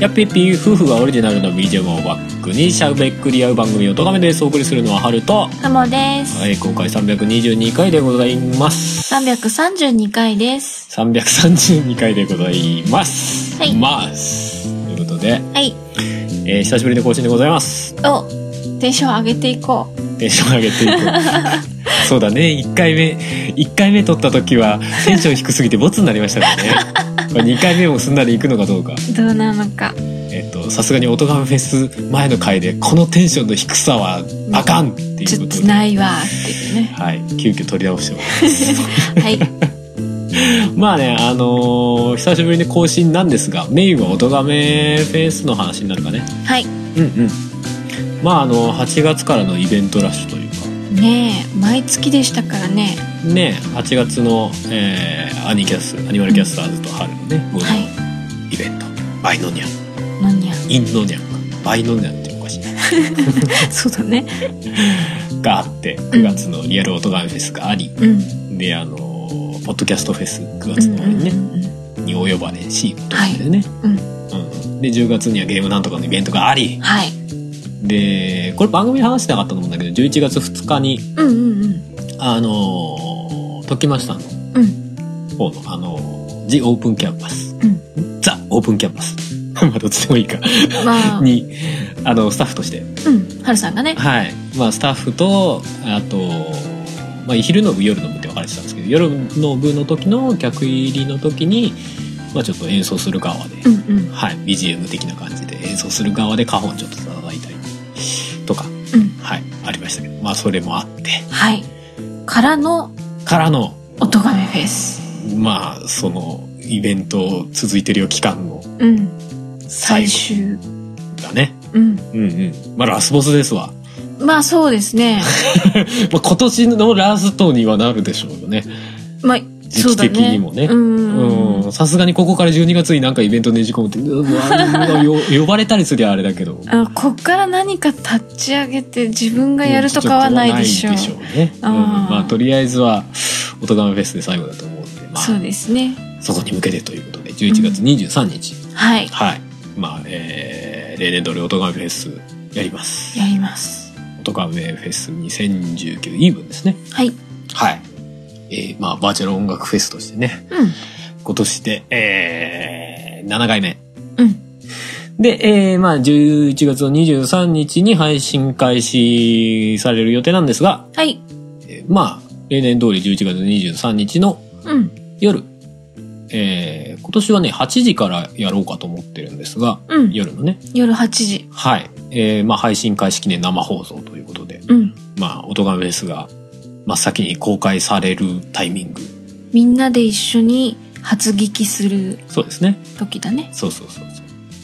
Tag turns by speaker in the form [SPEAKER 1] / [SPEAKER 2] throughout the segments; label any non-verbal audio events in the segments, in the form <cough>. [SPEAKER 1] やっぴっぴ夫婦がオリジナルの BGM をバックにしゃべくり合う番組をとがめですお送りするのはハルと、は
[SPEAKER 2] ハモです。
[SPEAKER 1] い、今回322回でございます
[SPEAKER 2] 332回です。
[SPEAKER 1] 332回でございます、
[SPEAKER 2] はい
[SPEAKER 1] ますということで、
[SPEAKER 2] はい。
[SPEAKER 1] えー久しぶりの更新でございます
[SPEAKER 2] お、テンション上げていこう。
[SPEAKER 1] テンション上げていくそうだね1回目1回目撮った時はテンション低すぎてボツになりましたからねこれ2回目もすんなりいくのかどうか
[SPEAKER 2] どうなのか。
[SPEAKER 1] えっとさすがに音ガンフェス前の回でこのテンションの低さはあかんっていう
[SPEAKER 2] ちょ
[SPEAKER 1] こ
[SPEAKER 2] っ
[SPEAKER 1] と
[SPEAKER 2] と
[SPEAKER 1] で
[SPEAKER 2] ないわーっていうね。
[SPEAKER 1] はい急遽撮り直してます <laughs>
[SPEAKER 2] はい。
[SPEAKER 1] まあねあのー久しぶりに更新なんですがメインは音ガメフェスの話になるかね
[SPEAKER 2] はい。
[SPEAKER 1] うんうんまああの8月からのイベントラッシュというか
[SPEAKER 2] ねえ、毎月でしたからね。
[SPEAKER 1] ね8月の、えーアニキャスアニマルキャスターズと春のね午後
[SPEAKER 2] は
[SPEAKER 1] の
[SPEAKER 2] い。
[SPEAKER 1] イベント、バイノニャン
[SPEAKER 2] 何や。
[SPEAKER 1] インノニャンかバイノニャンっておかしいな
[SPEAKER 2] そうだね。
[SPEAKER 1] があって9月のリアルオートガンフェスがあり、
[SPEAKER 2] うん。
[SPEAKER 1] であのーポッドキャストフェス9
[SPEAKER 2] う
[SPEAKER 1] 月
[SPEAKER 2] ん
[SPEAKER 1] の方
[SPEAKER 2] う
[SPEAKER 1] に
[SPEAKER 2] ん
[SPEAKER 1] ね、
[SPEAKER 2] うん
[SPEAKER 1] にお呼ばれしことでね、
[SPEAKER 2] うん。
[SPEAKER 1] うん、で10月にはゲームなんとかのイベントがあり
[SPEAKER 2] はい。
[SPEAKER 1] でこれ番組で話してなかったと思うんだけど11月2日に
[SPEAKER 2] うんうんうん。
[SPEAKER 1] あのー、時ましたの
[SPEAKER 2] うん。
[SPEAKER 1] 方の、あの、ジ・オープンキャンパス。ザ・オープンキャンパス。 <laughs> まあ、どっちでもいいか。
[SPEAKER 2] まあ、
[SPEAKER 1] に、あの、スタッフとして。
[SPEAKER 2] うん。はるさんがね。
[SPEAKER 1] はい。まあ、スタッフと、あと、まあ、昼の部、夜の部って分かれてたんですけど、夜の部の時の客入りの時に、まあ、ちょっと演奏する側で、
[SPEAKER 2] うんうん。
[SPEAKER 1] はい、BGM 的な感じで演奏する側で花本ちょっと叩いたりとか、
[SPEAKER 2] うん。
[SPEAKER 1] はい、ありましたけど、まあ、それもあって、
[SPEAKER 2] はい。からの、
[SPEAKER 1] からの、
[SPEAKER 2] おとがめフェス。
[SPEAKER 1] まあ、その、イベント続いてるよ期間の
[SPEAKER 2] うん。
[SPEAKER 1] 最
[SPEAKER 2] 最
[SPEAKER 1] 後
[SPEAKER 2] 終。
[SPEAKER 1] だね。
[SPEAKER 2] うん。
[SPEAKER 1] うんうん。まあ、ラスボスですわ。
[SPEAKER 2] まあそうですね。
[SPEAKER 1] まあ、今年のラストにはなるでしょうよね。
[SPEAKER 2] まあ、
[SPEAKER 1] 時
[SPEAKER 2] そう
[SPEAKER 1] 期
[SPEAKER 2] だね。
[SPEAKER 1] 的にもね。
[SPEAKER 2] うん。
[SPEAKER 1] うんさすがにここから12月になんかイベントねじ込むって、うわ
[SPEAKER 2] <laughs>
[SPEAKER 1] よ呼ばれたりすりゃあれだけど。
[SPEAKER 2] あのこっから何か立ち上げて自分がやるとかはないでしょう。
[SPEAKER 1] うんちょっとないでしょうね。うん、
[SPEAKER 2] あー
[SPEAKER 1] まあとりあえずは、オトガメフェスで最後だと思うんで、まあ
[SPEAKER 2] そうですね。
[SPEAKER 1] そこに向けてということで、11月23日。
[SPEAKER 2] はい。
[SPEAKER 1] はい。まあ、えー、例年通りオトガメフェスやります。
[SPEAKER 2] やります。
[SPEAKER 1] オトガメフェス2019イーブンですね。
[SPEAKER 2] はい。
[SPEAKER 1] はい。えー、まあ、バーチャル音楽フェスとしてね、
[SPEAKER 2] う
[SPEAKER 1] 今年で、えー、7回目。
[SPEAKER 2] ん。うん。
[SPEAKER 1] で、えー、まあ、11月の23日に配信開始される予定なんですが、
[SPEAKER 2] はい。
[SPEAKER 1] えーまあ、例年通り11月23日の
[SPEAKER 2] うん。
[SPEAKER 1] 夜、えー、今年はね、8時からやろうかと思ってるんですが、
[SPEAKER 2] うん。
[SPEAKER 1] 夜のね、
[SPEAKER 2] 夜8時。
[SPEAKER 1] はい。えー、まあ、配信開始記念生放送ということで、
[SPEAKER 2] うん。
[SPEAKER 1] まあ、音がですが、真っ先に公開されるタイミング。
[SPEAKER 2] みんなで一緒に発撃する
[SPEAKER 1] そうですね。
[SPEAKER 2] 時だね。
[SPEAKER 1] そうそうそうそう。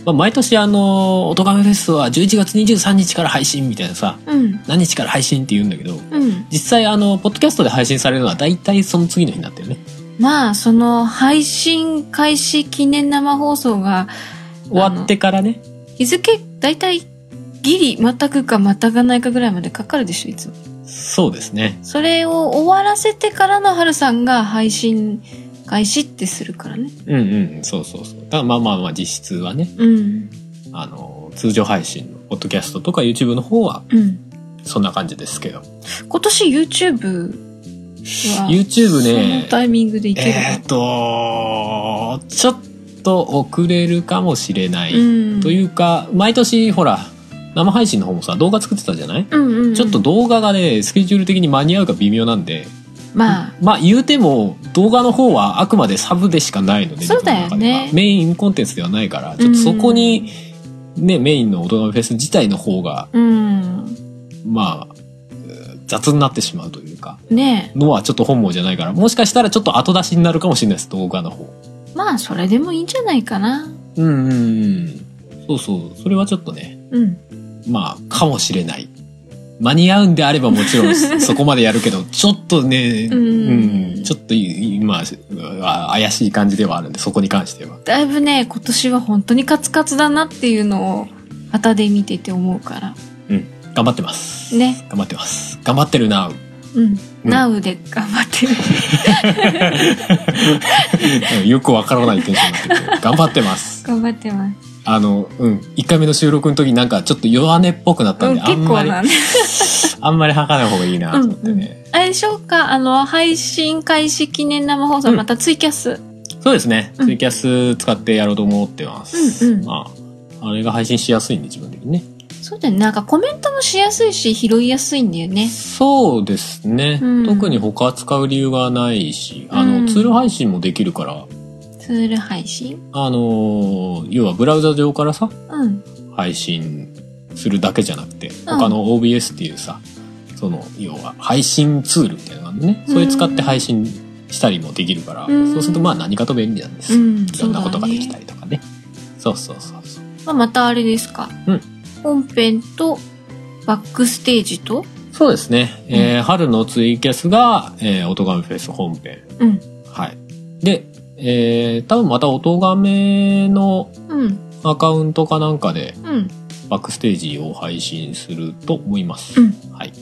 [SPEAKER 1] まあ、毎年あの、音亀フェスは11月23日から配信みたいなさ、
[SPEAKER 2] うん。
[SPEAKER 1] 何日から配信って言うんだけど、
[SPEAKER 2] うん。
[SPEAKER 1] 実際あの、ポッドキャストで配信されるのは大体その次の日になってるね。
[SPEAKER 2] まあ、その配信開始記念生放送が
[SPEAKER 1] 終わってからね。
[SPEAKER 2] 日付だいたいギリ全くか全がないかぐらいまでかかるでしょ、いつも。
[SPEAKER 1] そうですね。
[SPEAKER 2] それを終わらせてからのハルさんが配信開始ってするからね。
[SPEAKER 1] うんうん、そうそうそう。ただまあまあまあ実質はね、
[SPEAKER 2] うん。
[SPEAKER 1] あの、通常配信の、ポッドキャストとか YouTube の方は
[SPEAKER 2] うん。
[SPEAKER 1] そんな感じですけど。
[SPEAKER 2] 今年 YouTube は
[SPEAKER 1] YouTube ね
[SPEAKER 2] そのタイミングでいけるかな
[SPEAKER 1] えっ、と、ちょっと遅れるかもしれない。
[SPEAKER 2] うん。
[SPEAKER 1] と
[SPEAKER 2] う。
[SPEAKER 1] いうか、毎年ほら、生配信の方もさ、動画作ってたじゃない、
[SPEAKER 2] うんうん、
[SPEAKER 1] ちょっと。動画がね、スケジュール的に間に合うか微妙なんで、
[SPEAKER 2] まあ、
[SPEAKER 1] まあ言うても動画の方はあくまでサブでしかないので、
[SPEAKER 2] そうだよね
[SPEAKER 1] 自分の中ではメインコンテンツではないから、ちょっとそこに、ね、メインの大人フェス自体の方が、
[SPEAKER 2] うん。
[SPEAKER 1] まあ、えー雑になってしまうというか、
[SPEAKER 2] ね
[SPEAKER 1] のはちょっと本望じゃないから、もしかしたらちょっと後出しになるかもしれないです、動画の方。
[SPEAKER 2] え。まあ、それでもいいんじゃないかな。
[SPEAKER 1] うんうんうん。そうそうそれはちょっとね
[SPEAKER 2] うん。
[SPEAKER 1] まあかもしれない間に合うんであればもちろん
[SPEAKER 2] <laughs>
[SPEAKER 1] そこまでやるけどちょっとね
[SPEAKER 2] うん
[SPEAKER 1] うんちょっと今は怪しい感じではあるんでそこに関しては
[SPEAKER 2] だいぶね、今年は本当にカツカツだなっていうのを、旗で見てて思うから。
[SPEAKER 1] 頑張ってます
[SPEAKER 2] ね。
[SPEAKER 1] 頑張ってます頑張ってるな
[SPEAKER 2] うん。ナウで頑張
[SPEAKER 1] <laughs>
[SPEAKER 2] ってる。
[SPEAKER 1] よくわからないテンションになってるけ
[SPEAKER 2] <laughs>
[SPEAKER 1] ど頑張ってます
[SPEAKER 2] 頑張ってます。
[SPEAKER 1] あの、うん、1回目の収録の時なんかちょっと弱音っぽくなった
[SPEAKER 2] うんん、
[SPEAKER 1] で、あん
[SPEAKER 2] 結
[SPEAKER 1] ま
[SPEAKER 2] 構
[SPEAKER 1] り、
[SPEAKER 2] なね。
[SPEAKER 1] あんまり吐かない方がいいなと思ってね。
[SPEAKER 2] あれでしょうかあの、配信開始記念生放送、
[SPEAKER 1] うん
[SPEAKER 2] またツイキャス。
[SPEAKER 1] そうですね、
[SPEAKER 2] うん
[SPEAKER 1] ツイキャス使ってやろうと思ってます。
[SPEAKER 2] うんうん
[SPEAKER 1] まあ、あれが配信しやすいんで、自分的にね。
[SPEAKER 2] そうだよね。なんかコメントもしやすいし、拾いやすいんだよね。
[SPEAKER 1] そうですね、
[SPEAKER 2] うん
[SPEAKER 1] 特に他使う理由がないし、あの、
[SPEAKER 2] うん
[SPEAKER 1] ツール配信もできるから、
[SPEAKER 2] ツール配信。
[SPEAKER 1] あのー、要はブラウザ上からさ、
[SPEAKER 2] うん。
[SPEAKER 1] 配信するだけじゃなくて他の OBS っていうさ、その要は配信ツールみたいなのがあるのねそれ使って配信したりもできるから、
[SPEAKER 2] うん
[SPEAKER 1] そうするとまあ何かと便利なんです、
[SPEAKER 2] う
[SPEAKER 1] い
[SPEAKER 2] ん。
[SPEAKER 1] ろんなことができたり
[SPEAKER 2] り。
[SPEAKER 1] とかねそうそうそうそう
[SPEAKER 2] まあ、またあれですか。
[SPEAKER 1] うん
[SPEAKER 2] 本編と、バックステージと、
[SPEAKER 1] そうですね、えー春のツイキャスが「えー、音がめフェス」本編
[SPEAKER 2] うん。
[SPEAKER 1] はいで、えー多分また音がめの
[SPEAKER 2] うん。
[SPEAKER 1] アカウントかなんかで
[SPEAKER 2] うん。
[SPEAKER 1] バックステージを配信すると思います、
[SPEAKER 2] うん
[SPEAKER 1] はい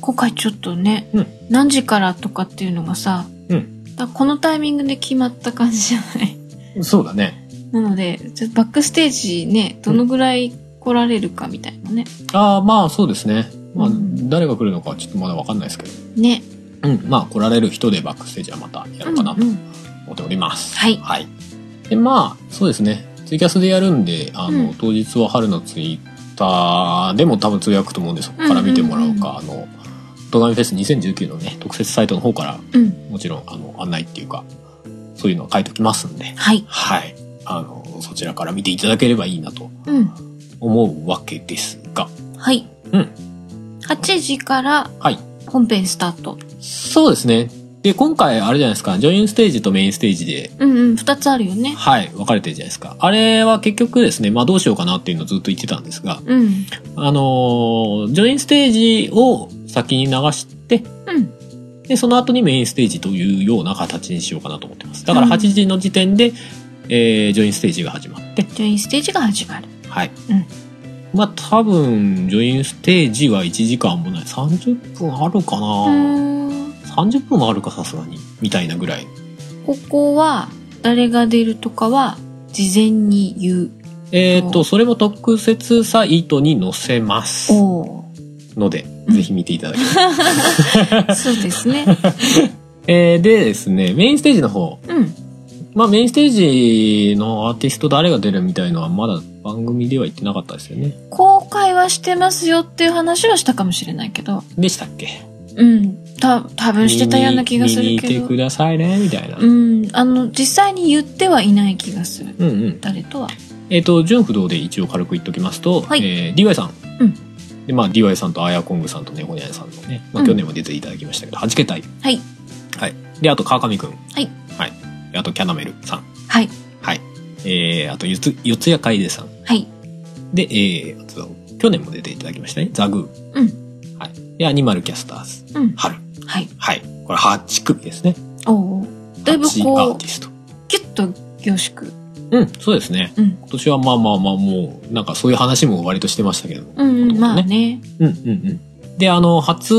[SPEAKER 2] 今回ちょっとね、
[SPEAKER 1] うん
[SPEAKER 2] 何時からとかっていうのがさ、
[SPEAKER 1] うん
[SPEAKER 2] だこのタイミングで決まった感じじゃない。 <laughs>
[SPEAKER 1] そうだね
[SPEAKER 2] なので、ちょっとバックステージね、どのぐらい来られるかみたいなね。
[SPEAKER 1] ああまあそうですね、まあ
[SPEAKER 2] うん
[SPEAKER 1] 誰が来るのかはちょっとまだ分かんないですけど、
[SPEAKER 2] ね。
[SPEAKER 1] うん、まあ来られる人でバックステージはまたやろうかなと
[SPEAKER 2] うんうん
[SPEAKER 1] 思っております、
[SPEAKER 2] はい
[SPEAKER 1] はい、でまあそうですねツイキャスでやるんであの、
[SPEAKER 2] うん
[SPEAKER 1] 当日は春のツイッターでも多分つぶやくと思うんでそこから見てもらうか、あのドガミフェス2019のね特設サイトの方から
[SPEAKER 2] うん。
[SPEAKER 1] もちろんあの案内っていうかそういうのは書いておきますんで
[SPEAKER 2] はい。
[SPEAKER 1] はいあのそちらから見ていただければいいなと
[SPEAKER 2] うん。
[SPEAKER 1] 思うわけですが
[SPEAKER 2] はい。
[SPEAKER 1] うん
[SPEAKER 2] 8時から
[SPEAKER 1] はい
[SPEAKER 2] 本編スタート。
[SPEAKER 1] そうですね。で、今回あれじゃないですか、ジョインステージとメインステージで、
[SPEAKER 2] うんうん。2つあるよね。
[SPEAKER 1] はい、分かれてるじゃないですか。あれは結局ですね、まあどうしようかなっていうのをずっと言ってたんですが、
[SPEAKER 2] うん。
[SPEAKER 1] あのージョインステージを先に流して、
[SPEAKER 2] うん。
[SPEAKER 1] で、その後にメインステージというような形にしようかなと思ってます。だから
[SPEAKER 2] うん
[SPEAKER 1] 8時の時点で、えージョインステージが始まって、
[SPEAKER 2] ジョインステージが始まる。
[SPEAKER 1] はい。
[SPEAKER 2] うん
[SPEAKER 1] まあ多分、ジョインステージは1時間もない。30分あるか
[SPEAKER 2] う
[SPEAKER 1] な、
[SPEAKER 2] ーん。
[SPEAKER 1] ?30 分はあるかさすがに。みたいなぐらい。
[SPEAKER 2] ここは、誰が出るとかは、事前に言う。
[SPEAKER 1] えー、
[SPEAKER 2] お
[SPEAKER 1] と、それも特設サイトに載せます
[SPEAKER 2] お
[SPEAKER 1] ので、
[SPEAKER 2] うん
[SPEAKER 1] ぜひ見ていただきたい。
[SPEAKER 2] ー。そうです <laughs> ね。
[SPEAKER 1] えーでですね、メインステージの方。
[SPEAKER 2] うん。
[SPEAKER 1] まあメインステージのアーティスト誰が出るみたいのはまだ番組では言ってなかったですよね。
[SPEAKER 2] 公開はしてますよっていう話はしたかもしれないけど。
[SPEAKER 1] でしたっけ
[SPEAKER 2] うん。た、多分してたような気が
[SPEAKER 1] 見
[SPEAKER 2] する
[SPEAKER 1] に見に
[SPEAKER 2] け
[SPEAKER 1] 行って
[SPEAKER 2] ど
[SPEAKER 1] く。ださいね、みたいな。う
[SPEAKER 2] うんん。あの、実際に言ってはいない気がする。
[SPEAKER 1] うん。
[SPEAKER 2] 誰とは。
[SPEAKER 1] えっ、と、純不動で一応軽く言っときますと、
[SPEAKER 2] はい
[SPEAKER 1] えー DY さん。
[SPEAKER 2] うん
[SPEAKER 1] で、まあ DY さんとアヤコングさんとネゴニャンさんのね、ま
[SPEAKER 2] う
[SPEAKER 1] あ
[SPEAKER 2] ん
[SPEAKER 1] 去年も出ていただきましたけど、8桁体。
[SPEAKER 2] はい。
[SPEAKER 1] はい。で、あと川上くん。
[SPEAKER 2] い
[SPEAKER 1] はい。であとキャナメルさん。
[SPEAKER 2] はい。
[SPEAKER 1] はい。えー、あと、四つ、四谷楓さん。
[SPEAKER 2] はい。
[SPEAKER 1] で、えー、あと、去年も出ていただきましたね。ザグー。
[SPEAKER 2] うん。
[SPEAKER 1] はい。で、アニマルキャスターズ。
[SPEAKER 2] うん。
[SPEAKER 1] 春。
[SPEAKER 2] はい。
[SPEAKER 1] はい。これ8組ですね。
[SPEAKER 2] おお。だいぶ
[SPEAKER 1] 8アー
[SPEAKER 2] こ
[SPEAKER 1] ティスト。
[SPEAKER 2] う、キュッと凝縮。
[SPEAKER 1] うん、そうですね。
[SPEAKER 2] うん。
[SPEAKER 1] 今年はまあまあまあ、もう、なんかそういう話も割としてましたけど。うん、
[SPEAKER 2] うんうん、
[SPEAKER 1] ね
[SPEAKER 2] まあね。
[SPEAKER 1] うん、うん。で、あの、初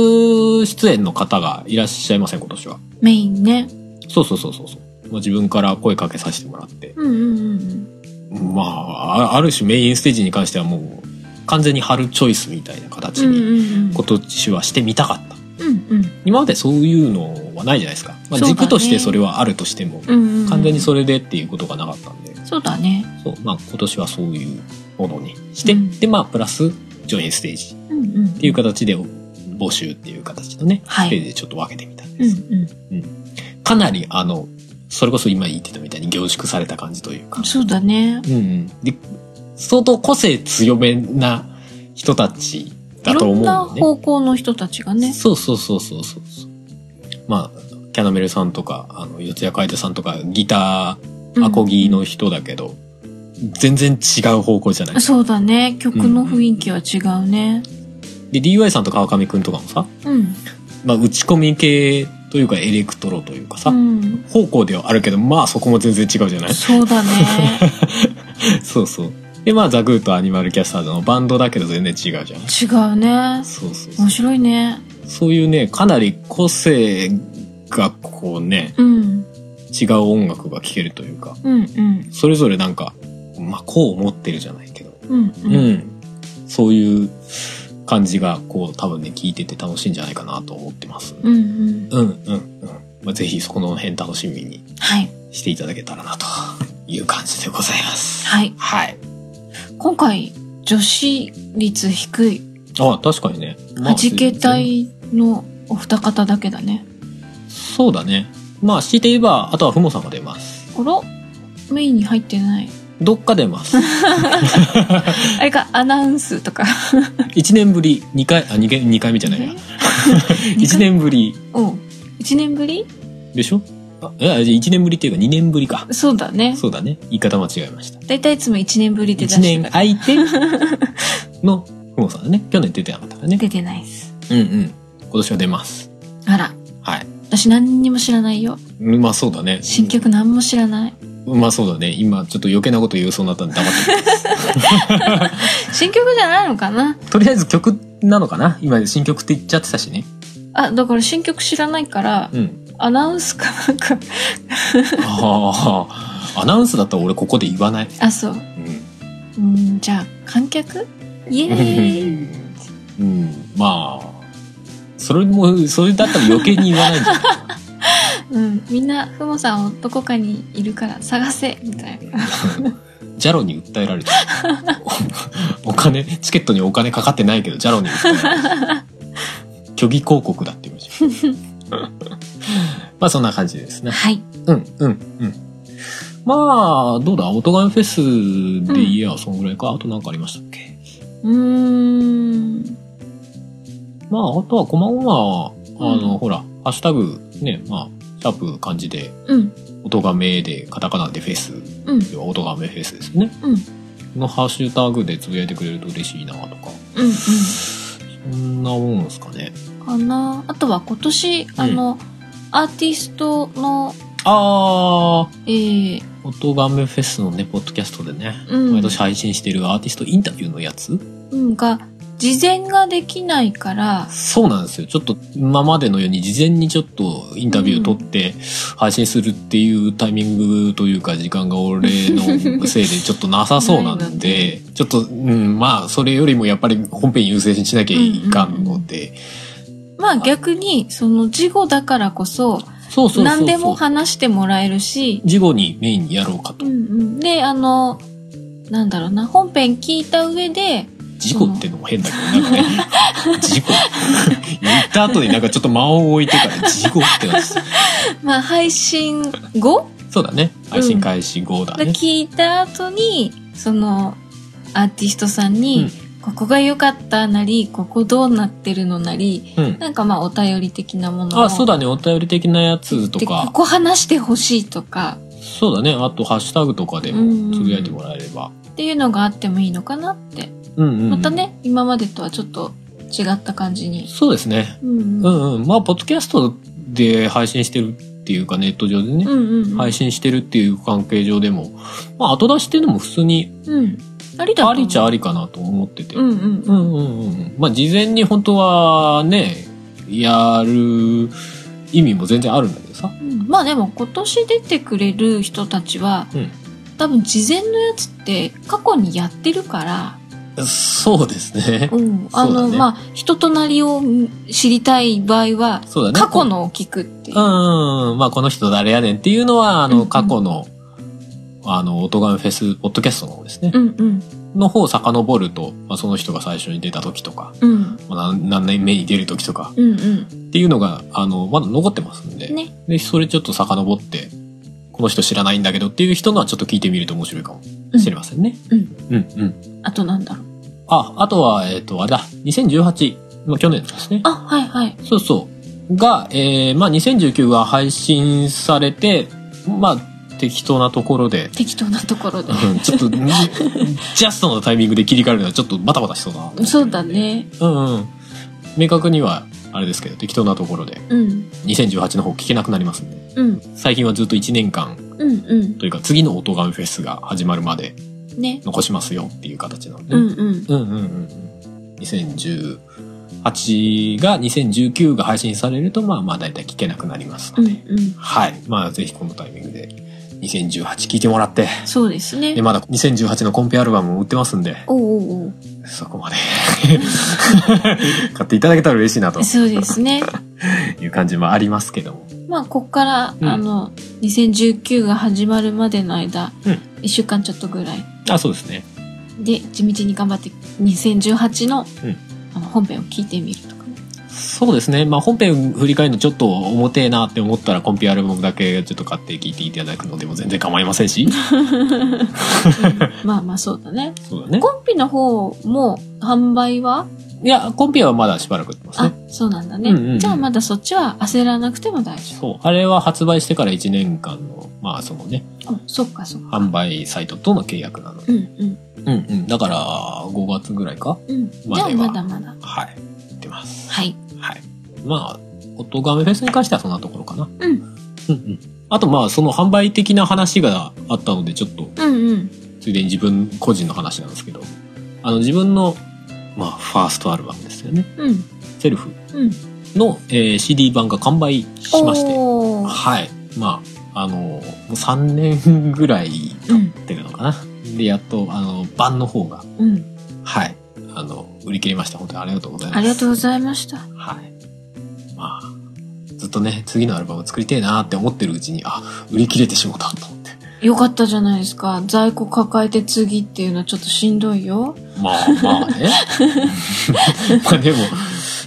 [SPEAKER 1] 出演の方がいらっしゃいません、今年は。
[SPEAKER 2] メインね。
[SPEAKER 1] そうそうそうそうそう。まあ、自分から声かけさせてもらって。
[SPEAKER 2] うんうんうん
[SPEAKER 1] まあ、あある種メインステージに関してはもう、完全に春チョイスみたいな形
[SPEAKER 2] うん。うん
[SPEAKER 1] に
[SPEAKER 2] うんうん。
[SPEAKER 1] 今年はしてみたかった
[SPEAKER 2] うんうん。
[SPEAKER 1] 今までそういうのはないじゃないですか、ま
[SPEAKER 2] そう
[SPEAKER 1] あ、
[SPEAKER 2] だね
[SPEAKER 1] 軸としてそれはあるとしても、
[SPEAKER 2] うんうん。
[SPEAKER 1] 完全にそれでっていうことがなかったんで
[SPEAKER 2] そうだね。
[SPEAKER 1] そう、まあ、今年はそういうものにして、
[SPEAKER 2] うん
[SPEAKER 1] でまあプラスジョインステージ
[SPEAKER 2] うんうん。っ
[SPEAKER 1] っていう。形で募集っていう形のね、
[SPEAKER 2] はい
[SPEAKER 1] ステージでちょっと分けてみたん
[SPEAKER 2] うん
[SPEAKER 1] で
[SPEAKER 2] う
[SPEAKER 1] す、
[SPEAKER 2] ん。
[SPEAKER 1] かなりあのそれこそ今言ってたみたいに凝縮された感じというか、
[SPEAKER 2] そうだね。
[SPEAKER 1] うんうん、で相当個性強めな人たち
[SPEAKER 2] い
[SPEAKER 1] だと
[SPEAKER 2] ろ
[SPEAKER 1] 思うんんだ
[SPEAKER 2] な
[SPEAKER 1] よね
[SPEAKER 2] 方向の人たちがね。
[SPEAKER 1] そうそうそうそうそうそう。まあ、キャナメルさんとか、あの、四谷楓さんとか、ギター、アコギの人だけど、全然違う方向じゃないですか
[SPEAKER 2] そうだね。曲の雰囲気は違うね。
[SPEAKER 1] で DY さんと川上くんとかもさ、
[SPEAKER 2] うん。
[SPEAKER 1] まあ、打ち込み系というかエレクトロというかさ、
[SPEAKER 2] うん。
[SPEAKER 1] 方向ではあるけどまあそこも全然違うじゃない
[SPEAKER 2] そうだ
[SPEAKER 1] <laughs>
[SPEAKER 2] ね。
[SPEAKER 1] そうそうでまあザ・グーとアニマルキャスターズのバンドだけど全然違うじゃない
[SPEAKER 2] 違うね。
[SPEAKER 1] そうそうそう
[SPEAKER 2] 面白いね。
[SPEAKER 1] そういうねかなり個性がこうね
[SPEAKER 2] うん。
[SPEAKER 1] 違う音楽が聴けるというか
[SPEAKER 2] うんうん。
[SPEAKER 1] それぞれなんか、まあ、こう思ってるじゃないけど、
[SPEAKER 2] うん
[SPEAKER 1] うん
[SPEAKER 2] うん。
[SPEAKER 1] そういう感じがこう多分ね聴いてて楽しいんじゃないかなと思ってます。
[SPEAKER 2] うんうん。
[SPEAKER 1] うんうんうん。まあ、ぜひそこの辺楽しみに
[SPEAKER 2] はい。
[SPEAKER 1] していただけたらなという感じでございます。
[SPEAKER 2] はい。
[SPEAKER 1] はい。
[SPEAKER 2] 今回、女子率低い、
[SPEAKER 1] あ、確かにね。まあ
[SPEAKER 2] はじけ隊のお二方だけだね。
[SPEAKER 1] そうだね。まあ、強いて言えば、あとはふもさんが出ます。
[SPEAKER 2] あらメインに入ってない。
[SPEAKER 1] どっか出
[SPEAKER 2] <laughs>
[SPEAKER 1] ます。
[SPEAKER 2] あれか、アナウンスとか。
[SPEAKER 1] 1年ぶり、2回、あ、2回、二回目じゃないや。1年ぶり
[SPEAKER 2] <laughs> うん。一年ぶり
[SPEAKER 1] でしょあえ、1年ぶりっていうか2年ぶりか。
[SPEAKER 2] そうだね。
[SPEAKER 1] そうだね。言い方間違えました。
[SPEAKER 2] だいたいいつも一年ぶりで出
[SPEAKER 1] 1
[SPEAKER 2] して
[SPEAKER 1] 年
[SPEAKER 2] る。
[SPEAKER 1] 空いてのふもさんだね。去年出てなかったからね。
[SPEAKER 2] 出てないです。
[SPEAKER 1] うんうん。今年は出ます。
[SPEAKER 2] あら、
[SPEAKER 1] はい。
[SPEAKER 2] 私何にも知らないよ。
[SPEAKER 1] うんまあそうだね。
[SPEAKER 2] 新曲何も知らない。
[SPEAKER 1] まあそうだね。今ちょっと余計なこと言うそうになったんで黙ってる。
[SPEAKER 2] 新曲じゃないのかな <laughs>
[SPEAKER 1] とりあえず曲なのかな今新曲って言っちゃってたしね。
[SPEAKER 2] あ、だから新曲知らないから、
[SPEAKER 1] うん。
[SPEAKER 2] アナウンスかなんか。
[SPEAKER 1] ああ、 <laughs> アナウンスだったら俺ここで言わない。
[SPEAKER 2] あ、そう。うん、じゃあ、観
[SPEAKER 1] <laughs>
[SPEAKER 2] 客イエ
[SPEAKER 1] うん。
[SPEAKER 2] ーイ
[SPEAKER 1] うん。まあ、それも、それだったら余計に言わないんじゃない
[SPEAKER 2] うん、みんな、ふもさんをどこかにいるから探せみたいな。
[SPEAKER 1] ジャロに訴えられてる <laughs> おお金、チケットにお金かかってないけど、ジャロに訴えられてる虚偽広告だって言うじゃん。 <laughs> まあそんな感じですね。
[SPEAKER 2] はい。
[SPEAKER 1] うんうんうん。まあ、どうだ、オトガメフェスで言えばそんぐらいか。あと何かありましたっけ
[SPEAKER 2] うーん。
[SPEAKER 1] まあ、あとは、こまごま、あの、
[SPEAKER 2] うん
[SPEAKER 1] ほら、ハッシュタグ、ね、まあ、シャープ漢字で、
[SPEAKER 2] うん、
[SPEAKER 1] オトガメで、カタカナでフェス、
[SPEAKER 2] うん、
[SPEAKER 1] 要はオトガメフェスですね。
[SPEAKER 2] うん、
[SPEAKER 1] のハッシュタグでつぶやいてくれると嬉しいな、とか。
[SPEAKER 2] うん、
[SPEAKER 1] そんなもんですかね。
[SPEAKER 2] うん。かなあとは今年、あの、アーティストの、
[SPEAKER 1] あー、
[SPEAKER 2] えー、
[SPEAKER 1] オトガメフェスのね、ポッドキャストでね、
[SPEAKER 2] うん
[SPEAKER 1] 毎年配信してるアーティストインタビューのやつ
[SPEAKER 2] うんが、事前ができないから、
[SPEAKER 1] そうなんですよ。ちょっと今までのように事前にちょっとインタビュー取って配信するっていうタイミングというか時間が俺のせいでちょっとなさそうな
[SPEAKER 2] ない
[SPEAKER 1] ん
[SPEAKER 2] の
[SPEAKER 1] で
[SPEAKER 2] で、
[SPEAKER 1] ちょっと、うん、まあそれよりもやっぱり本編優先しなきゃいかんので、
[SPEAKER 2] まあ逆に、その事後だからこそ、
[SPEAKER 1] そうそうそうそう。
[SPEAKER 2] 何でも話してもらえるし、
[SPEAKER 1] 事後にメインにやろうかと
[SPEAKER 2] うん。うん。で、あの、なんだろうな、本編聞いた上で、
[SPEAKER 1] 事故ってのも変だけど、なんかね、事故 <laughs> 言った後になんかちょっと間を置いてから事故ってなってた
[SPEAKER 2] まあ配信後、
[SPEAKER 1] そうだね。配信開始後だ
[SPEAKER 2] が
[SPEAKER 1] ね。
[SPEAKER 2] 聞いた後に、その、アーティストさん
[SPEAKER 1] うん
[SPEAKER 2] に、ここが良かったなり、ここどうなってるのなり、
[SPEAKER 1] うん。
[SPEAKER 2] なんかまあお便り的なものを。
[SPEAKER 1] あ、そうだね。お便り的なやつと
[SPEAKER 2] で
[SPEAKER 1] か
[SPEAKER 2] こ。こ話してほしいとか、
[SPEAKER 1] そうだね。あと、ハッシュタグとかで
[SPEAKER 2] うん
[SPEAKER 1] もつぶやいてもらえれば。
[SPEAKER 2] っていうのがあってもいいのかなって。
[SPEAKER 1] うんうんうん。
[SPEAKER 2] また。ね、今までとはちょっと違った感じに。
[SPEAKER 1] そうですね。
[SPEAKER 2] う
[SPEAKER 1] う
[SPEAKER 2] んうん。
[SPEAKER 1] んうん。まあ、ポッドキャストで配信してるっていうか、ネット上でね、
[SPEAKER 2] うんうん。
[SPEAKER 1] 配
[SPEAKER 2] 信。
[SPEAKER 1] 信してるっていう関係上でも、まあ、後出しっていうのも普通に、
[SPEAKER 2] うん。ありだと
[SPEAKER 1] あ
[SPEAKER 2] 思う
[SPEAKER 1] りちゃありかなと思ってて。
[SPEAKER 2] うんうん
[SPEAKER 1] う
[SPEAKER 2] うん
[SPEAKER 1] んうんうん。まあ、事前に本当はね、やる意味も全然あるんだけどさ。
[SPEAKER 2] うん。まあでも今年出てくれる人たちは、
[SPEAKER 1] うん
[SPEAKER 2] 多分事前のやつって過去にやってるから、
[SPEAKER 1] そうですね。
[SPEAKER 2] うん、あ
[SPEAKER 1] そうだ
[SPEAKER 2] の、
[SPEAKER 1] ね
[SPEAKER 2] まあ人となりを知りたい場合は
[SPEAKER 1] そうだね。
[SPEAKER 2] 過去のを聞くっていう、
[SPEAKER 1] うん、まあこの人誰やねんっていうのは、あ
[SPEAKER 2] うん
[SPEAKER 1] の、
[SPEAKER 2] うん
[SPEAKER 1] 過去の、あの、オトガメフェス、ポッドキャストの方ですね。
[SPEAKER 2] うんうん
[SPEAKER 1] の方を遡ると、まあ、その人が最初に出た時とか、
[SPEAKER 2] うん
[SPEAKER 1] まあ何何年目に出る時とか
[SPEAKER 2] うんうん
[SPEAKER 1] っていうのが、あの、まだ残ってますんで、
[SPEAKER 2] ね
[SPEAKER 1] で、それちょっと遡って、この人知らないんだけどっていう人のはちょっと聞いてみると面白いかもしれませんね。
[SPEAKER 2] うん
[SPEAKER 1] うん、うん。
[SPEAKER 2] あとなんだろう
[SPEAKER 1] あ、あとは、えっ、と、あれだ、2018、まあ去年ですね。
[SPEAKER 2] あはいはい
[SPEAKER 1] そうそう。が、えーまあ、2019が配信されて、まあ、適当なところで、
[SPEAKER 2] 適当なところで。
[SPEAKER 1] うん、ちょっと、 <laughs> んジャストのタイミングで切り替えるのはちょっとバタバタしそうだなと思ってるんで
[SPEAKER 2] そうだ。ね。
[SPEAKER 1] うんうん。明確には、あれですけど、適当なところで、
[SPEAKER 2] うん。
[SPEAKER 1] 2018の方聞けなくなりますんで。
[SPEAKER 2] うん。
[SPEAKER 1] 最近はずっと1年間、
[SPEAKER 2] うんうん。
[SPEAKER 1] というか次の音ガンフェスが始まるまで
[SPEAKER 2] ね。
[SPEAKER 1] 残しますよっていう形なので。
[SPEAKER 2] うんうん。
[SPEAKER 1] うんうんうんうん。2018が2019が配信されると、まあまあ大体聞けなくなります
[SPEAKER 2] う
[SPEAKER 1] の
[SPEAKER 2] ん
[SPEAKER 1] で。
[SPEAKER 2] うん。
[SPEAKER 1] はい。まあぜひこのタイミングで2018聞いてもらって。
[SPEAKER 2] そうですね
[SPEAKER 1] で、。まだ2018のコンペアルバムも売ってますんで、
[SPEAKER 2] おうおう
[SPEAKER 1] そこまで <laughs> 買っていただけたら嬉しいなと
[SPEAKER 2] おう。そうですね。
[SPEAKER 1] いう感じもありますけども。
[SPEAKER 2] まあ、こっから、
[SPEAKER 1] うん
[SPEAKER 2] あの、2019が始まるまでの間、
[SPEAKER 1] うん
[SPEAKER 2] 1週間ちょっとぐらい
[SPEAKER 1] あ、そうですね。
[SPEAKER 2] で、地道に頑張って、2018の,、
[SPEAKER 1] うん
[SPEAKER 2] あの本編を聞いてみるとかね。
[SPEAKER 1] そうですね。まあ本編振り返るのちょっと重てえなって思ったらコンペアルバムだけちょっと買って聞いていただくのでも全然構いませんし。
[SPEAKER 2] まあまあ、そうだね。
[SPEAKER 1] そうだね。
[SPEAKER 2] コンピの方も、販売はい
[SPEAKER 1] や、コンペはまだしばらくやってます
[SPEAKER 2] あ
[SPEAKER 1] ね。、
[SPEAKER 2] そうなんだね、
[SPEAKER 1] うんうんうん
[SPEAKER 2] じゃあまだそっちは焦らなくても大丈
[SPEAKER 1] そう。あれは発売してから1年間の、まあそのね、
[SPEAKER 2] 夫。あ、そっかそっか。
[SPEAKER 1] 販売サイトとの契約なので。
[SPEAKER 2] うんうん
[SPEAKER 1] うんうん。だから、5月ぐらいか
[SPEAKER 2] うん。
[SPEAKER 1] まだ
[SPEAKER 2] じゃあ
[SPEAKER 1] は
[SPEAKER 2] まだまだ。
[SPEAKER 1] はい。やってます。
[SPEAKER 2] はい。
[SPEAKER 1] はい。まあ、音ガメフェスに関してはそんなところかな。
[SPEAKER 2] うん。うん
[SPEAKER 1] うんうん。あとまあ、その販売的な話があったので、ちょっと、
[SPEAKER 2] うん。
[SPEAKER 1] ついでに自分個人の話なんですけど、あの自分の、まあ、ファーストアルバムですよね。
[SPEAKER 2] うん。
[SPEAKER 1] セルフ
[SPEAKER 2] うん。
[SPEAKER 1] の、えー CD 版が完売しまして、
[SPEAKER 2] おー
[SPEAKER 1] はい。まあ、あの、もう3年ぐらい経
[SPEAKER 2] うん
[SPEAKER 1] ってるのかな。で、やっと、あの、版の方が、
[SPEAKER 2] うん。
[SPEAKER 1] はい。あの、売り切れました。本当にありがとうございます。
[SPEAKER 2] ありがとうご
[SPEAKER 1] う
[SPEAKER 2] ざいました。
[SPEAKER 1] はい。まあ、ずっとね、次のアルバム作りてえなって思ってるうちに、あ、売り切れてしもうたと思って。
[SPEAKER 2] よかったじゃないですか。在庫抱えて次っていうのはちょっとしんどいよ。
[SPEAKER 1] まあ <laughs> まあね。まあでも、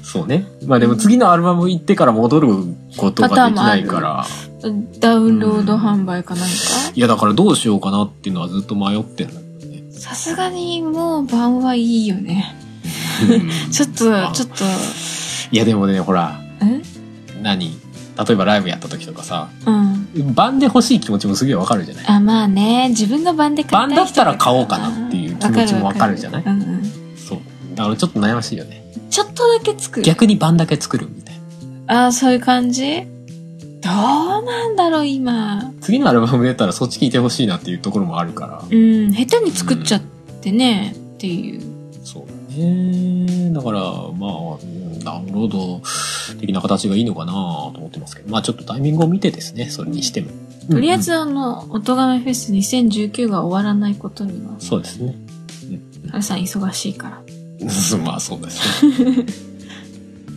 [SPEAKER 1] そうね。まあでも次のアルバム行ってから戻ることができないから。
[SPEAKER 2] ダウンロード販売か何か
[SPEAKER 1] いやだからどうしようかなっていうのはずっと迷ってんだけどね。
[SPEAKER 2] さすがにもう晩はいいよね。ちょっと、
[SPEAKER 1] あ
[SPEAKER 2] ちょっと、
[SPEAKER 1] <laughs> いやでもね、ほら、
[SPEAKER 2] え
[SPEAKER 1] 何例えばライブやった時とかさ、
[SPEAKER 2] うん。
[SPEAKER 1] 版で欲しい気持ちもすげえわかるじゃない
[SPEAKER 2] あ、まあね。自分が晩で買いたい人
[SPEAKER 1] 晩だったら買おうかなっていう気持ちもわかるじゃない
[SPEAKER 2] わかるわかるうんうん
[SPEAKER 1] そう。だからちょっと悩ましいよね。
[SPEAKER 2] ちょっとだけ作る。
[SPEAKER 1] 逆に版だけ作るみたいな。
[SPEAKER 2] ああ、そういう感じどうなんだろう、今。
[SPEAKER 1] 次のアルバム出たらそっち聞いてほしいなっていうところもあるから。
[SPEAKER 2] うん、下手に作っちゃってね、っていう。
[SPEAKER 1] そうだね。だから、まあうん、ダウンロード的な形がいいのかなと思ってますけど、まあちょっとタイミングを見てですね、それにしても。
[SPEAKER 2] とりあえず、あの、おとがめフェス2019が終わらないことには
[SPEAKER 1] うん、そうですね。 <laughs>
[SPEAKER 2] ハルさん忙しいから。
[SPEAKER 1] うんまあそうです
[SPEAKER 2] <laughs>
[SPEAKER 1] ね。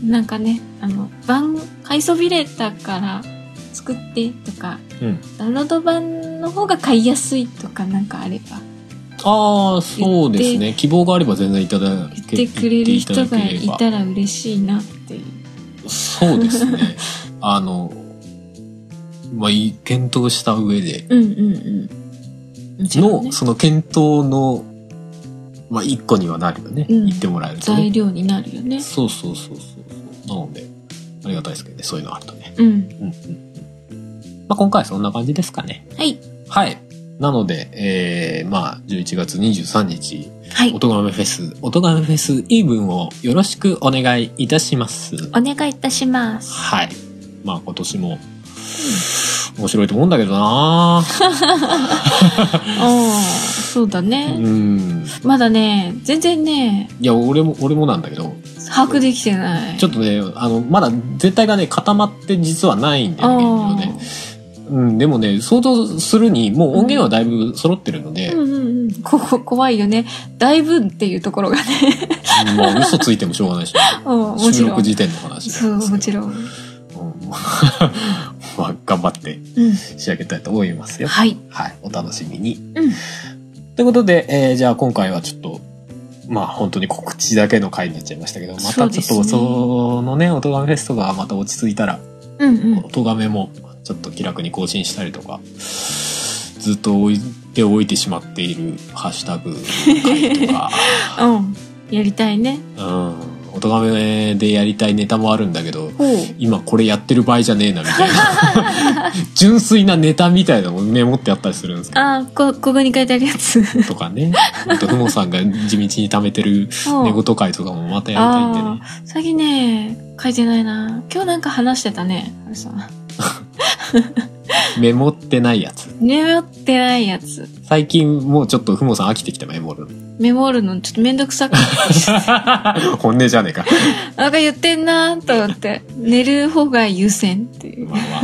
[SPEAKER 2] なんかね、あの、版、買いそびれたから作ってとか、
[SPEAKER 1] うん。
[SPEAKER 2] ダウンロード版の方が買いやすいとかなんかあれば、
[SPEAKER 1] ああ、そうですね。希望があれば全然いただけ
[SPEAKER 2] 言ってくれる人がい
[SPEAKER 1] れ
[SPEAKER 2] たら嬉しいなっていう。
[SPEAKER 1] ばそうですね。あの、まあ、い検討した上で、
[SPEAKER 2] うんうんうん。もちろんね
[SPEAKER 1] の、その検討の、まあ、一個にはなるよね。
[SPEAKER 2] うん
[SPEAKER 1] 言ってもらえるとね、
[SPEAKER 2] 材料になるよね。
[SPEAKER 1] そうそうそうそうそう。なので、ありがたいですけどね、そういうのあるとね。
[SPEAKER 2] うん。
[SPEAKER 1] うんうんうん。まあ、今回はそんな感じですかね。
[SPEAKER 2] はい。
[SPEAKER 1] はい。なので、えー、まあ、11月23日、
[SPEAKER 2] はい
[SPEAKER 1] お。とがめフェス、おとがめフェスイーブンをよろしくお願いいたします。
[SPEAKER 2] お願いいたします。
[SPEAKER 1] はい。まあ、今年も、面白いと思うんだけどな
[SPEAKER 2] ああ、そうだ
[SPEAKER 1] う
[SPEAKER 2] ね。
[SPEAKER 1] ん。
[SPEAKER 2] まだね、全然ね、
[SPEAKER 1] いや、俺も、俺もなんだけど、
[SPEAKER 2] 把握できてない。
[SPEAKER 1] ちょ
[SPEAKER 2] っ
[SPEAKER 1] っとね、あの、まだ全体がね、固まって実はないんだよね、現状ね。うん、でもね、想像するに、もう音源はだいぶ揃ってるので、
[SPEAKER 2] うんうんうん。ここ怖いよね。だいぶっていうところがね。 <laughs>
[SPEAKER 1] もう嘘ついてもしょうがないし、
[SPEAKER 2] うん、 <laughs> もち
[SPEAKER 1] 収
[SPEAKER 2] ろ
[SPEAKER 1] 録
[SPEAKER 2] ん。
[SPEAKER 1] 時点の話
[SPEAKER 2] そう、
[SPEAKER 1] なんですけど
[SPEAKER 2] もちろん。
[SPEAKER 1] <laughs> うんまあ、頑張って
[SPEAKER 2] う
[SPEAKER 1] 仕上げたいと思います
[SPEAKER 2] ん。
[SPEAKER 1] よ。
[SPEAKER 2] はい。
[SPEAKER 1] はい、お楽しみに。
[SPEAKER 2] うん。
[SPEAKER 1] ということで、えーじゃあ今回はちょっと、まあ本当に告知だけの回になっちゃいましたけど、ま
[SPEAKER 2] そ
[SPEAKER 1] た
[SPEAKER 2] う
[SPEAKER 1] ちょ
[SPEAKER 2] で
[SPEAKER 1] っ
[SPEAKER 2] す
[SPEAKER 1] と
[SPEAKER 2] ね
[SPEAKER 1] そのね、音がフェストがまた落ち着いたら、
[SPEAKER 2] うんうん。
[SPEAKER 1] 音がめもちょっと気楽に更新したりとかずっと置いておいてしま
[SPEAKER 2] <laughs>
[SPEAKER 1] っているハッシュタグ回とか、
[SPEAKER 2] うん。やりたいね。
[SPEAKER 1] うん、おとがめでやりたいネタもあるんだけど、
[SPEAKER 2] ほう。
[SPEAKER 1] 今これやってる場合じゃねえな、みたいな。
[SPEAKER 2] <laughs>
[SPEAKER 1] 純粋なネタみたいなのをメモってあったりするんですけ
[SPEAKER 2] あーこ、ここに書いてあるやつ。
[SPEAKER 1] ど、とかね。あと、ふもさんが地道に貯めてる
[SPEAKER 2] ほう
[SPEAKER 1] 寝言会とかもまたやりたいんで
[SPEAKER 2] あ
[SPEAKER 1] ね。
[SPEAKER 2] あ、最近ね、書いてないな。今日なんか話してたね、あれさん。
[SPEAKER 1] メモってないやつ。
[SPEAKER 2] メモってないやつ。
[SPEAKER 1] 最近もうちょっとふもさん飽きてきてメモる
[SPEAKER 2] <laughs>
[SPEAKER 1] の。
[SPEAKER 2] メモるのちょっとめんどくさくて。
[SPEAKER 1] 本音じゃねえか。
[SPEAKER 2] なんか言ってんなーと思って。寝る方が優先っていう。
[SPEAKER 1] まあまあ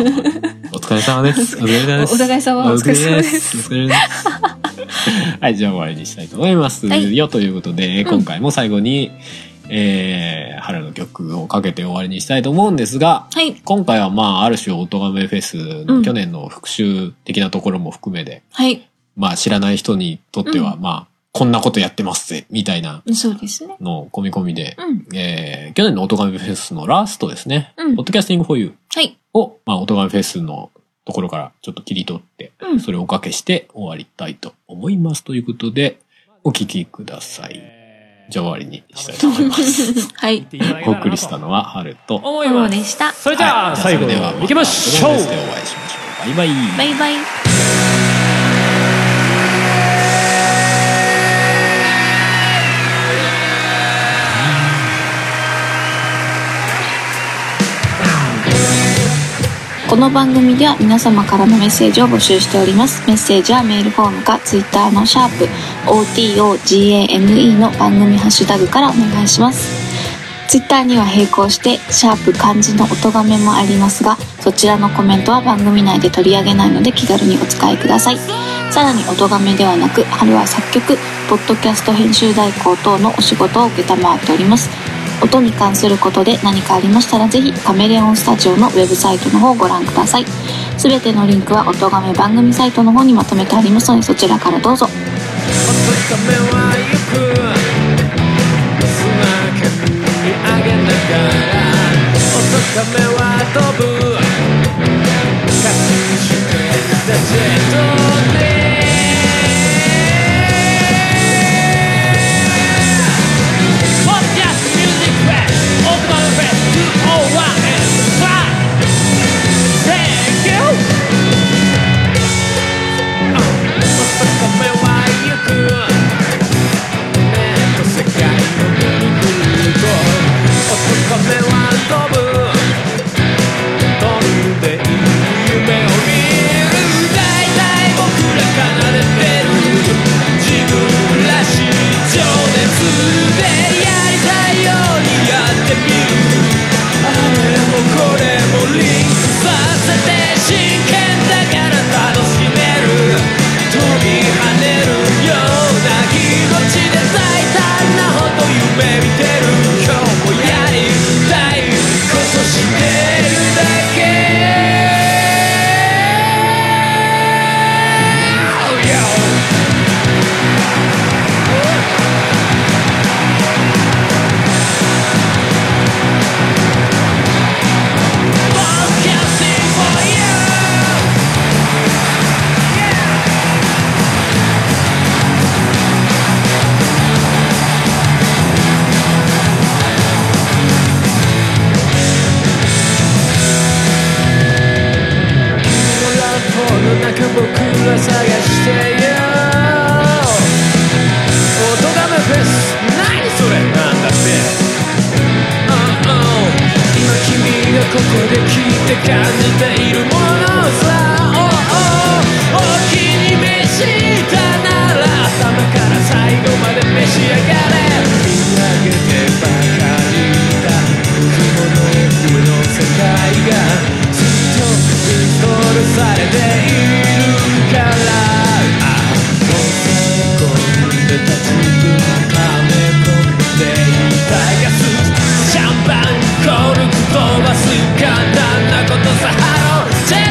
[SPEAKER 1] お疲れ様です。お疲れ様です。
[SPEAKER 2] おお互い様お疲れ様で
[SPEAKER 1] お疲
[SPEAKER 2] す
[SPEAKER 1] れ様です。お疲れ様ですはい、じゃあ終わりにしたいと思います。
[SPEAKER 2] はい
[SPEAKER 1] よということで、
[SPEAKER 2] ん
[SPEAKER 1] 今回も最後に、えー、春の曲をかけて終わりにしたいと思うんですが、
[SPEAKER 2] はい。
[SPEAKER 1] 今回はまあ、ある種、オトガメフェス
[SPEAKER 2] う
[SPEAKER 1] の
[SPEAKER 2] ん
[SPEAKER 1] 去年の復習的なところも含めで、
[SPEAKER 2] はい。
[SPEAKER 1] まあ、知らない人にとっては、
[SPEAKER 2] う
[SPEAKER 1] まあ、こんなことやってますぜ、みたいな
[SPEAKER 2] そうですね。
[SPEAKER 1] のを込み込みで、
[SPEAKER 2] うん。
[SPEAKER 1] えー、去年のオトガメフェスのラストですね、
[SPEAKER 2] うん
[SPEAKER 1] ポッドキャスティングフォーユー。
[SPEAKER 2] はい。
[SPEAKER 1] を、まあ、音楽フェスのところからちょっと切り取って、
[SPEAKER 2] うん
[SPEAKER 1] それをおかけして終わりたいと思います。ということで、お聴きください。じゃあ終わりにしたいと思います。
[SPEAKER 2] <laughs> はい。
[SPEAKER 1] お送りしたのは、春と。
[SPEAKER 3] 思い
[SPEAKER 2] そう
[SPEAKER 3] ます
[SPEAKER 2] でした。
[SPEAKER 3] それじゃあ、
[SPEAKER 1] はい
[SPEAKER 3] 最後
[SPEAKER 1] それ
[SPEAKER 3] で
[SPEAKER 1] では
[SPEAKER 3] は行きましょう
[SPEAKER 1] 音楽フェスでお会いしましょう。バイバイ。
[SPEAKER 2] バイバイ。
[SPEAKER 4] この番組では皆様からのメッセージを募集しておりますメッセージはメールフォームかツイッターのシャープ o t o g a m e の番組ハッシュタグからお願いしますツイッターには並行してシャープ漢字の音がめもありますがそちらのコメントは番組内で取り上げないので気軽にお使いくださいさらに音がめではなく春は作曲ポッドキャスト編集代行等のお仕事を承っております音に関することで何かありましたらぜひカメレオンスタジオのウェブサイトの方をご覧くださいすべてのリンクは音がめ番組サイトの方にまとめてありますのでそちらからどうぞ
[SPEAKER 5] おつかめはゆくスナーク見上げながらおつかめは飛ぶ各宿たちとねポッドキャストミュージックフェスオートマフェス201 and 5 Thank you! 「もっと壁はゆく」「目と世界のリングを」「おつかめは飛ぶ」「飛んでいる夢を見る」「だいたい僕ら奏でてる」「自分らしい情熱でやりたいようにやってみる」「あれもこれもリンクさせて真剣だから楽しめる」飛び跳ねるような気持ちで最短なほど夢見てる今日もやりたいことしてるだけ Yo! 「Podcasting for you」ランポの中僕ら探してよ音がめフェス何それなんだってうんうん今君がここで聞いて感じているものさ Oh, oh お気に召したなら頭から最後まで召し上がれ見上げてばかりだ雲の上の世界がずっとインストールされているから抑え込んでた自分はめ込んでいたガスシャンパンコルク飛ばす簡単なことさハローチェ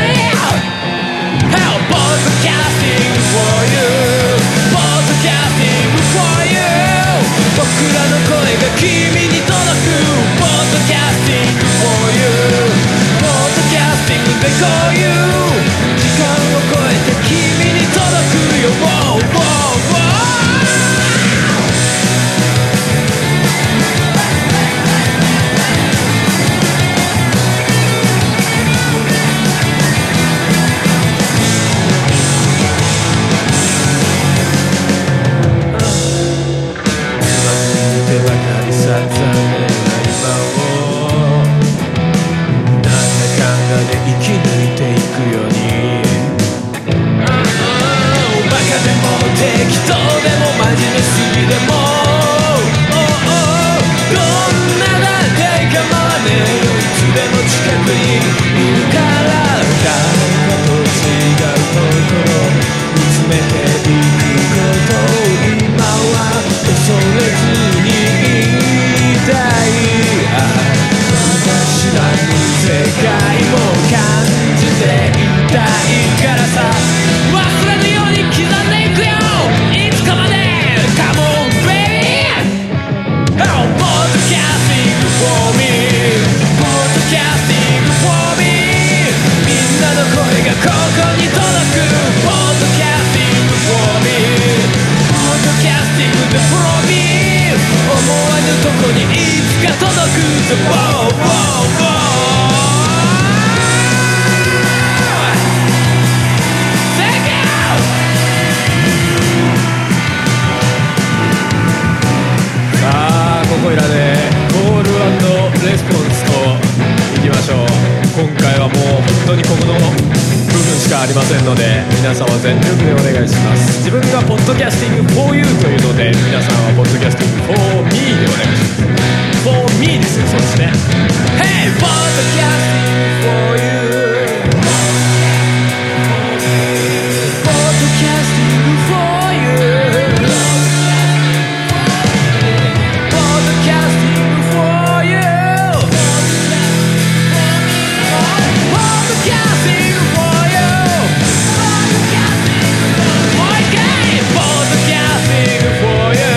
[SPEAKER 5] にいつか届くぞ Wow, wow, wow さあここいらでコールレスポンスといきましょう今回はもう本当にここの部分しかありませんので皆さんは全力でお願いします自分がポッドキャスティング for you というので皆さんはポッドキャスティング for me でお願いします for me ですよそうですね Hey! ポッドキャスティング for you ポッドキャスティング for you Podcasting for you. Podcasting for you. Okay, podcasting for you. Podcasting for you. Podcasting for you.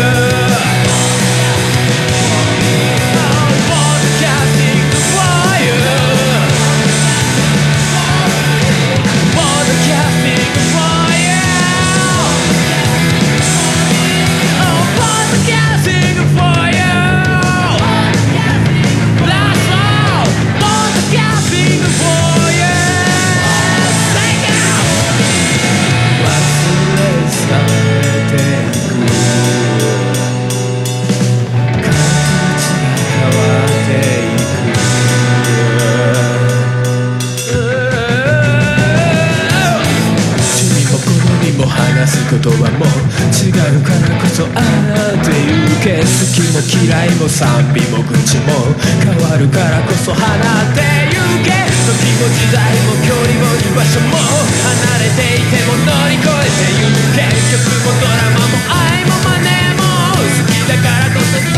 [SPEAKER 5] Oh! 趣味も好みも話すことはもう違うからこそああっていうけ好きも嫌いも賛美も愚痴も変わるからこそ放ってゆけ時も時代も距離も居場所も離れていても乗り越えてゆけ曲もドラマも愛もマネも好きだからこそ全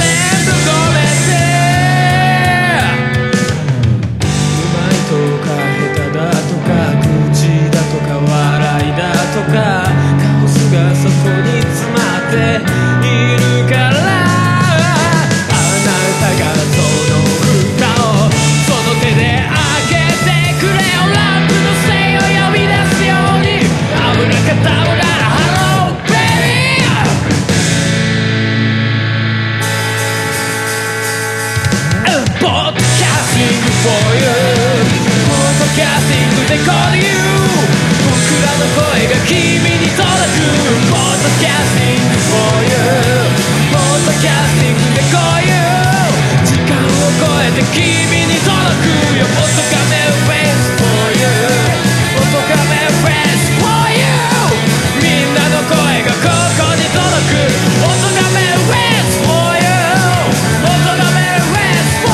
[SPEAKER 5] 部ごめんねうまいとか下手だとか愚痴だとか笑いだとかカオスがそこに詰まっているからあなたがその蓋をその手で開けてくれよランプのせいを呼び出すようにアブラカタブラハローベリー「ポッドキャスティング for you」「ポッドキャスティングで call you」「僕らの声が君に届く」「ポッドキャスティング for you」「ポッドキャスティングで call you」「時間を超えて君に届くよ」「ポッドカメフェイス for you」「ポッドカメフェイス for you」「みんなの声がここに届く」「ポッドカメフェイス for you」「ポッドカメ Rest for you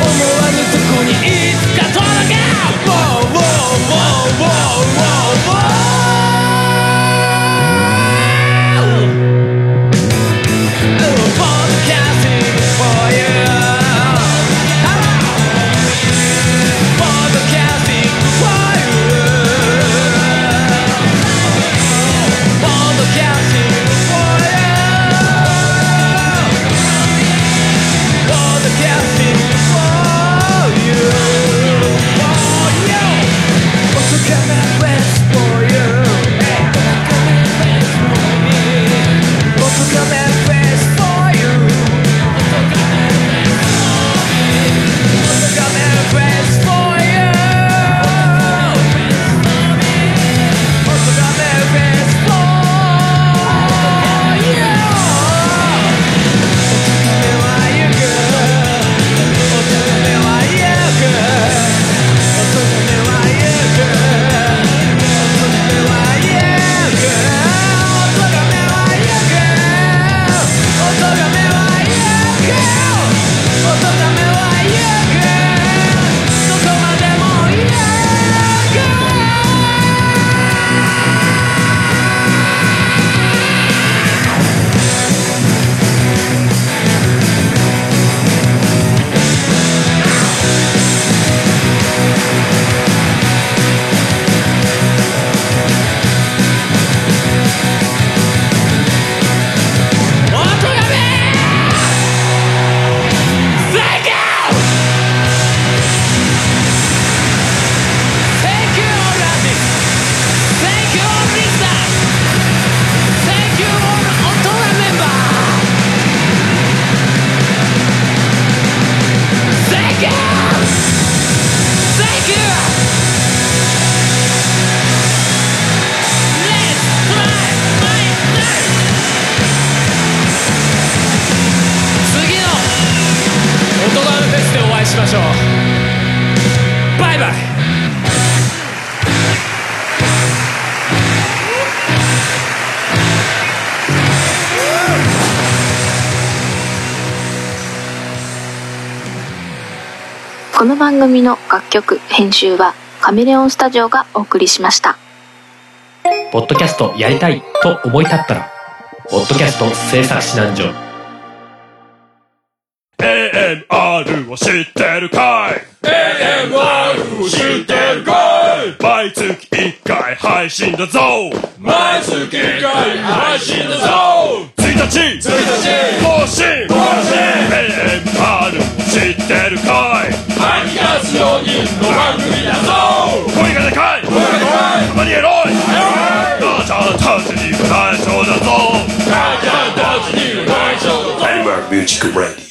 [SPEAKER 5] 思わぬとこにいつか届け Wow, wow, wow, wow, wow, wow. Podcast
[SPEAKER 4] この番組の楽曲編集はカメレオンスタジオがお送りしました
[SPEAKER 3] ポッドキャストやりたいと思い立ったら、ポッドキャスト制作指南所。
[SPEAKER 6] AMR を知ってるかい ?AMR を知ってるかい毎月1回配信だぞ毎月1回配信だぞ !1 日 !1 日更新更新 !AMR を知ってるかい吐き出すようにの番組だぞ声がでかい声がでかいたまにエロいガチャたちに会長だぞガチャたちに会長だぞ AMR Music Radio